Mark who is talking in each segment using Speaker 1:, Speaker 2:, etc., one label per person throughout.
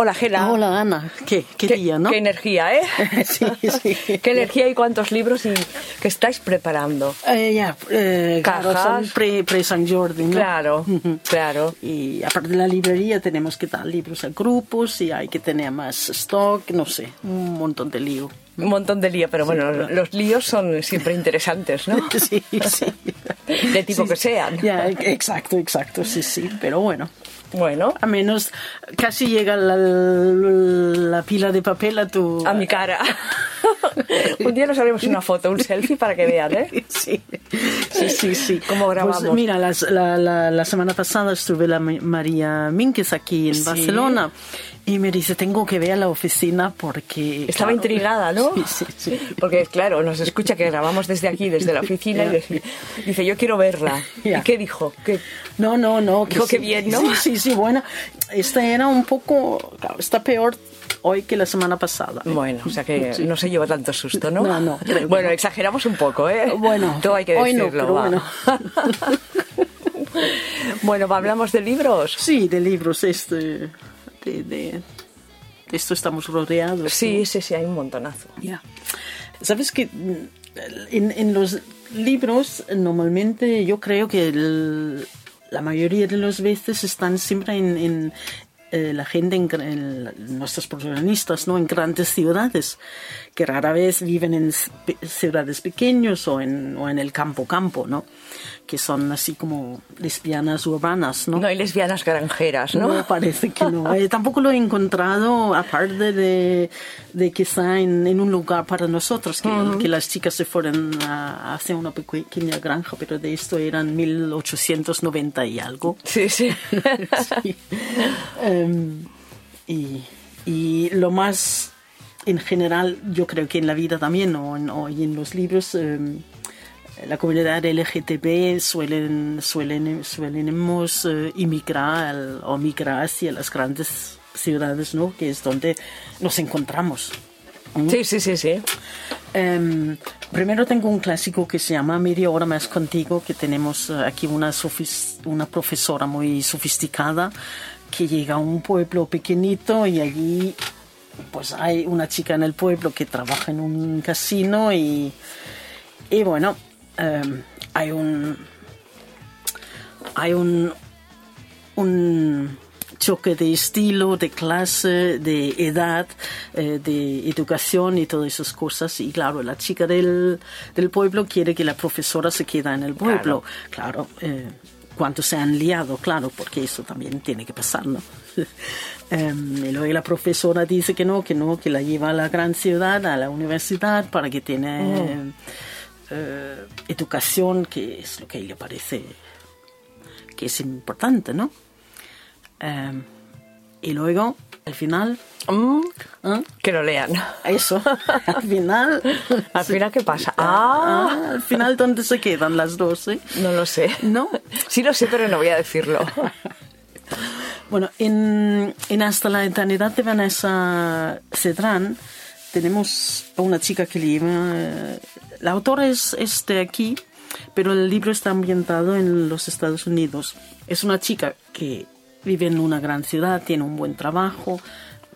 Speaker 1: Hola, Gela.
Speaker 2: Hola, Ana. ¿Qué, qué, día, no?
Speaker 1: Qué energía, ¿eh?
Speaker 2: Sí, sí.
Speaker 1: Qué energía y cuántos libros y que estáis preparando.
Speaker 2: Eh, ya, eh, claro,
Speaker 1: Cajas.
Speaker 2: son pre, pre San Jordi, ¿no?
Speaker 1: Claro, claro.
Speaker 2: Y aparte de la librería tenemos que dar libros a grupos y hay que tener más stock, no sé, un montón de lío.
Speaker 1: Un montón de lío, pero bueno, los líos son siempre interesantes, ¿no?
Speaker 2: Sí, sí.
Speaker 1: De tipo
Speaker 2: Sí,
Speaker 1: que sean.
Speaker 2: Ya, e- exacto, exacto, sí, sí. Pero bueno,
Speaker 1: Bueno,
Speaker 2: a menos casi llega la, la pila de papel a tu...
Speaker 1: a mi cara. Un día nos haremos una foto, un selfie para que vean, ¿eh?
Speaker 2: Sí, sí, sí. sí.
Speaker 1: ¿Cómo grabamos?
Speaker 2: Pues mira, las- la, la- la semana pasada estuve la Ma- María Mínquez aquí en
Speaker 1: Sí.
Speaker 2: Barcelona y me dice, tengo que ver a la oficina porque...
Speaker 1: Estaba
Speaker 2: claro,
Speaker 1: intrigada, ¿no?
Speaker 2: Sí, sí, sí.
Speaker 1: Porque, claro, nos escucha que grabamos desde aquí, desde la oficina, y dice- dice, yo quiero verla.
Speaker 2: Ya.
Speaker 1: ¿Y qué dijo? ¿Qué?
Speaker 2: No, no, no.
Speaker 1: Dijo que bien, ¿no?
Speaker 2: Sí, sí, sí, bueno. Esta era un poco... claro, está peor hoy que la semana pasada. ¿eh?
Speaker 1: Bueno, o sea que no se lleva tanto susto, ¿no?
Speaker 2: No, no, creo que
Speaker 1: Bueno,
Speaker 2: no.
Speaker 1: exageramos un poco, ¿eh?
Speaker 2: Bueno,
Speaker 1: Todo hay que
Speaker 2: hoy
Speaker 1: decirlo,
Speaker 2: no, pero
Speaker 1: va.
Speaker 2: bueno.
Speaker 1: Bueno, ¿va, hablamos de libros.
Speaker 2: Sí, de libros, este... De, de- de esto estamos rodeados.
Speaker 1: Sí, sí, sí, hay un montonazo.
Speaker 2: Ya. Sabes que mm, en, en los libros normalmente yo creo que el- la mayoría de las veces están siempre en, en, eh, la gente, en, gr- en la- nuestros protagonistas, ¿no? En grandes ciudades, que rara vez viven en ci- ciudades pequeñas o en, o en el campo-campo, ¿no? Que son así como lesbianas urbanas, ¿no?
Speaker 1: No hay lesbianas granjeras, ¿no?
Speaker 2: No, parece que no. Eh, tampoco lo he encontrado, aparte de, de quizá en, en un lugar para nosotros, que, que las chicas se fueran a- hacia una pequeña granja, pero de esto eran 1890 y algo.
Speaker 1: Sí, sí.
Speaker 2: Sí. Em, y, y lo más en general, yo creo que en la vida también o en, o- y en los libros, em, la comunidad LGTB suelen, suelen, suelenemos eh, inmigrar al- o migrar hacia las grandes ciudades, ¿no? Que es donde nos encontramos.
Speaker 1: Sí, sí, sí, sí.
Speaker 2: Em, primero tengo un clásico que se llama Media Hora Más Contigo, que tenemos eh, aquí una, sofis- una profesora muy sofisticada que llega a un pueblo pequeñito y allí pues hay una chica en el pueblo que trabaja en un casino y, y bueno, em, hay un... Hay un, un choque de estilo, de clase, de edad, eh, de educación y todas esas cosas. Y claro, la chica del, del pueblo quiere que la profesora se quede en el pueblo. Claro, eh, cuando se han liado, claro, porque eso también tiene que pasar, ¿no? Em, y luego la profesora dice que no, que no, que la lleva a la gran ciudad, a la universidad, para que tiene em, eh, educación, que es lo que le parece que es importante, ¿no? Em, y luego, al final,
Speaker 1: Mm,
Speaker 2: ¿eh?
Speaker 1: que lo lean.
Speaker 2: eso, al final,
Speaker 1: Al final, ¿qué pasa? Ah,
Speaker 2: ah, al final, ¿dónde se quedan las dos? eh?
Speaker 1: no lo sé.
Speaker 2: No.
Speaker 1: Sí lo sé, pero no voy a decirlo.
Speaker 2: Bueno, en, en Hasta la Eternidad de Vanessa Cedrán tenemos a una chica que lleva... La autora es, es de aquí, pero el libro está ambientado en los Estados Unidos. Es una chica que vive en una gran ciudad, tiene un buen trabajo,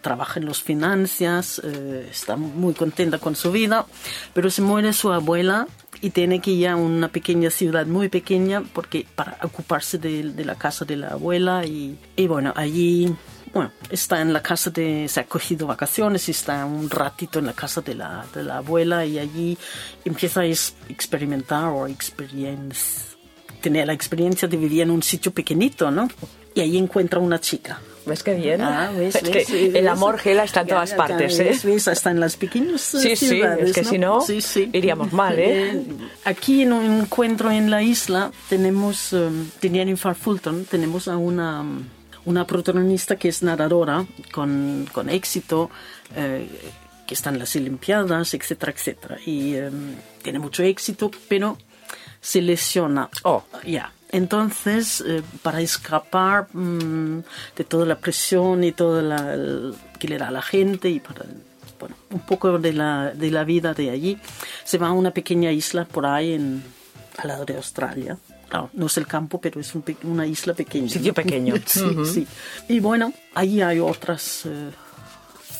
Speaker 2: trabaja en las finanzas, eh, está muy contenta con su vida, pero se muere su abuela y tiene que ir a una pequeña ciudad muy pequeña porque para ocuparse de, de la casa de la abuela y, y bueno, allí bueno, está en la casa de, se ha cogido vacaciones y está un ratito en la casa de la, de la abuela y allí empieza a es- experimentar o experiencia, tener la experiencia de vivir en un sitio pequeñito, ¿no? Y ahí encuentra una chica.
Speaker 1: ¿Ves qué bien?
Speaker 2: Ah, ves,
Speaker 1: Es que
Speaker 2: ves, ves,
Speaker 1: el
Speaker 2: ves.
Speaker 1: amor gela está en
Speaker 2: Ya,
Speaker 1: todas
Speaker 2: ya,
Speaker 1: partes, ¿eh?
Speaker 2: ves, ves, hasta en las pequeñas eh,
Speaker 1: Sí, sí,
Speaker 2: ciudades,
Speaker 1: es que
Speaker 2: ¿no?
Speaker 1: si no,
Speaker 2: Sí, sí.
Speaker 1: iríamos mal, ¿eh?
Speaker 2: Aquí en un encuentro en la isla tenemos, em, tenían en Far Fulton, tenemos a una, em, una protagonista que es nadadora con, con éxito, eh, que está en las Olimpiadas, etcétera, etcétera. Y em, tiene mucho éxito, pero se lesiona.
Speaker 1: Oh.
Speaker 2: Ya. Entonces, eh, para escapar mm, de toda la presión y todo la, el- que le da la gente y para bueno, un poco de la, de la vida de allí, se va a una pequeña isla por ahí en, al lado de Australia, claro, no es el campo, pero es un pe- una isla pequeña.
Speaker 1: Sitio
Speaker 2: ¿no?
Speaker 1: pequeño.
Speaker 2: sí, sí. Y bueno, ahí hay otras... eh,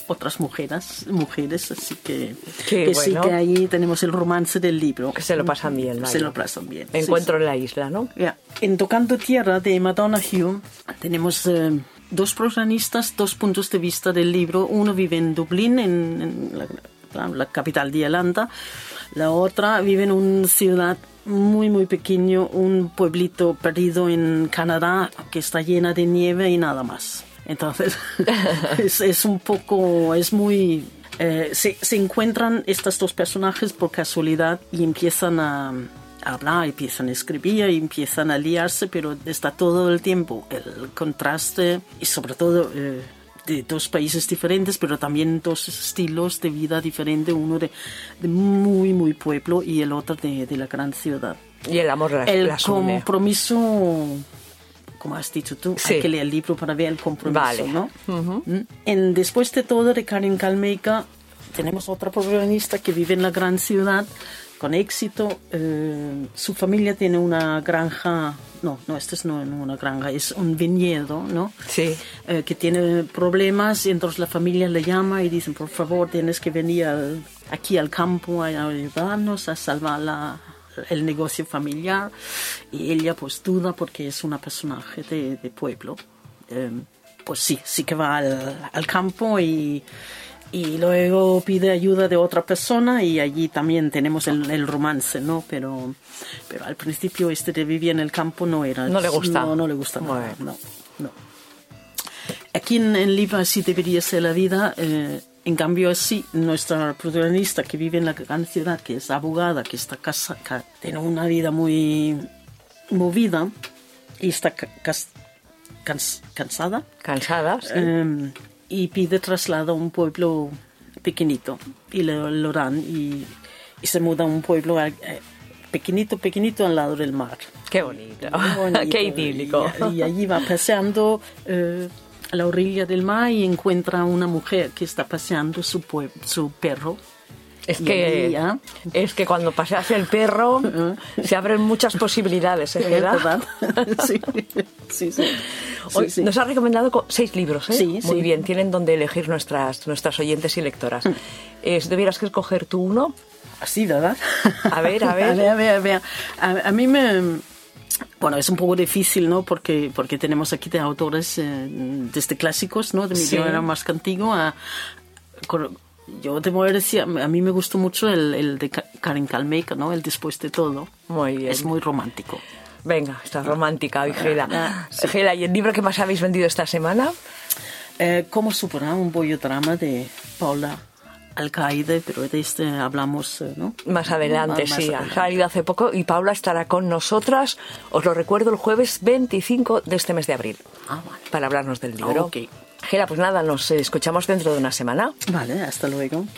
Speaker 2: otras mujeres, mujeres, así que,
Speaker 1: Qué
Speaker 2: que sí
Speaker 1: bueno.
Speaker 2: que ahí tenemos el romance del libro.
Speaker 1: Que se lo pasan bien, vaya.
Speaker 2: Se lo pasan bien. sí,
Speaker 1: Encuentro en la isla, ¿no?
Speaker 2: Ya. En Tocando Tierra de Madonna Hugh tenemos eh, dos protagonistas, dos puntos de vista del libro. Uno vive en Dublín, en, en la, la- la capital de Irlanda. La otra vive en una ciudad muy, muy pequeño, un pueblito perdido en Canadá que está llena de nieve y nada más. Entonces, es, es un poco, es muy... eh, se, se encuentran estos dos personajes por casualidad y empiezan a, a hablar, empiezan a escribir y empiezan a liarse, pero está todo el tiempo el contraste y sobre todo... eh, de dos países diferentes, pero también dos estilos de vida diferentes, uno de, de muy, muy pueblo y el otro de, de la gran ciudad.
Speaker 1: Y el amor la-
Speaker 2: El
Speaker 1: las une.
Speaker 2: compromiso, como has dicho tú,
Speaker 1: Sí.
Speaker 2: hay que leer el libro para ver el compromiso,
Speaker 1: Vale.
Speaker 2: ¿no? Mm. en Después de todo, de Karen Kalmeika, tenemos otra protagonista que vive en la gran ciudad con éxito. Eh, su familia tiene una granja, no, no, esto es no, no una granja, es un viñedo, ¿no?
Speaker 1: Sí.
Speaker 2: eh, que tiene problemas y entonces la familia le llama y dicen, por favor, tienes que venir al- aquí al campo a ayudarnos a salvar la- el negocio familiar. Y ella pues duda porque es una personaje de, de pueblo. Eh, pues sí, sí que va al, al campo y, y luego pide ayuda de otra persona y allí también tenemos el, el romance, ¿no? Pero, pero al principio este de vivir en el campo no era...
Speaker 1: No le gusta.
Speaker 2: No, no le gusta nada,
Speaker 1: Bueno.
Speaker 2: no, no. Aquí en el libro así debería ser la vida. eh, en cambio, así, nuestra protagonista que vive en la gran ciudad, que es abogada, que está casa, ca- tiene una vida muy movida y está ca- cas- cans- cansada
Speaker 1: Cansada, sí.
Speaker 2: eh, y pide traslado a un pueblo pequeñito y le lo dan y, y se muda a un pueblo eh, pequeñito, pequeñito al lado del mar.
Speaker 1: Qué bonito.
Speaker 2: Muy bonito.
Speaker 1: Ah, Qué idílico.
Speaker 2: Y, y allí va paseando eh, a la orilla del mar y encuentra a una mujer que está paseando su, pue- su perro.
Speaker 1: Es
Speaker 2: Y
Speaker 1: que,
Speaker 2: ella-
Speaker 1: es que cuando paseas el perro se abren muchas posibilidades, ¿eh, ¿verdad?
Speaker 2: sí, sí, sí.
Speaker 1: Hoy
Speaker 2: Sí, sí.
Speaker 1: Nos ha recomendado co- seis libros, ¿eh?
Speaker 2: Sí,
Speaker 1: Muy
Speaker 2: sí. Mm.
Speaker 1: bien, tienen donde elegir nuestras, nuestras oyentes y lectoras. Eh, si tuvieras que escoger tú uno,
Speaker 2: Así, ¿verdad?
Speaker 1: A ver, a ver.
Speaker 2: A ver, a ver, a ver. A- a mí me... Bueno, es un poco difícil, ¿no? Porque, porque tenemos aquí de autores eh, desde clásicos, ¿no? De mi
Speaker 1: Sí.
Speaker 2: era más que antiguo a... con- Yo te voy a decir, a mí me gustó mucho el, el de Ka- Karen Kalmeika, ¿no? El Después de todo.
Speaker 1: Muy bien.
Speaker 2: Es muy romántico.
Speaker 1: venga, está romántica hoy, Gela.
Speaker 2: Ah, sí.
Speaker 1: Gela, ¿y el libro que más habéis vendido esta semana?
Speaker 2: Eh, ¿Cómo superar un bollo drama de Paula Alcaide? Pero de este hablamos, eh, ¿no?
Speaker 1: Más adelante,
Speaker 2: Más- más
Speaker 1: sí,
Speaker 2: adelante.
Speaker 1: ha salido hace poco y Paula estará con nosotras, os lo recuerdo, el jueves 25 de este mes de abril,
Speaker 2: Ah, vale.
Speaker 1: para hablarnos del libro.
Speaker 2: Ok.
Speaker 1: Gela, pues nada, nos eh, escuchamos dentro de una semana.
Speaker 2: Vale, hasta luego.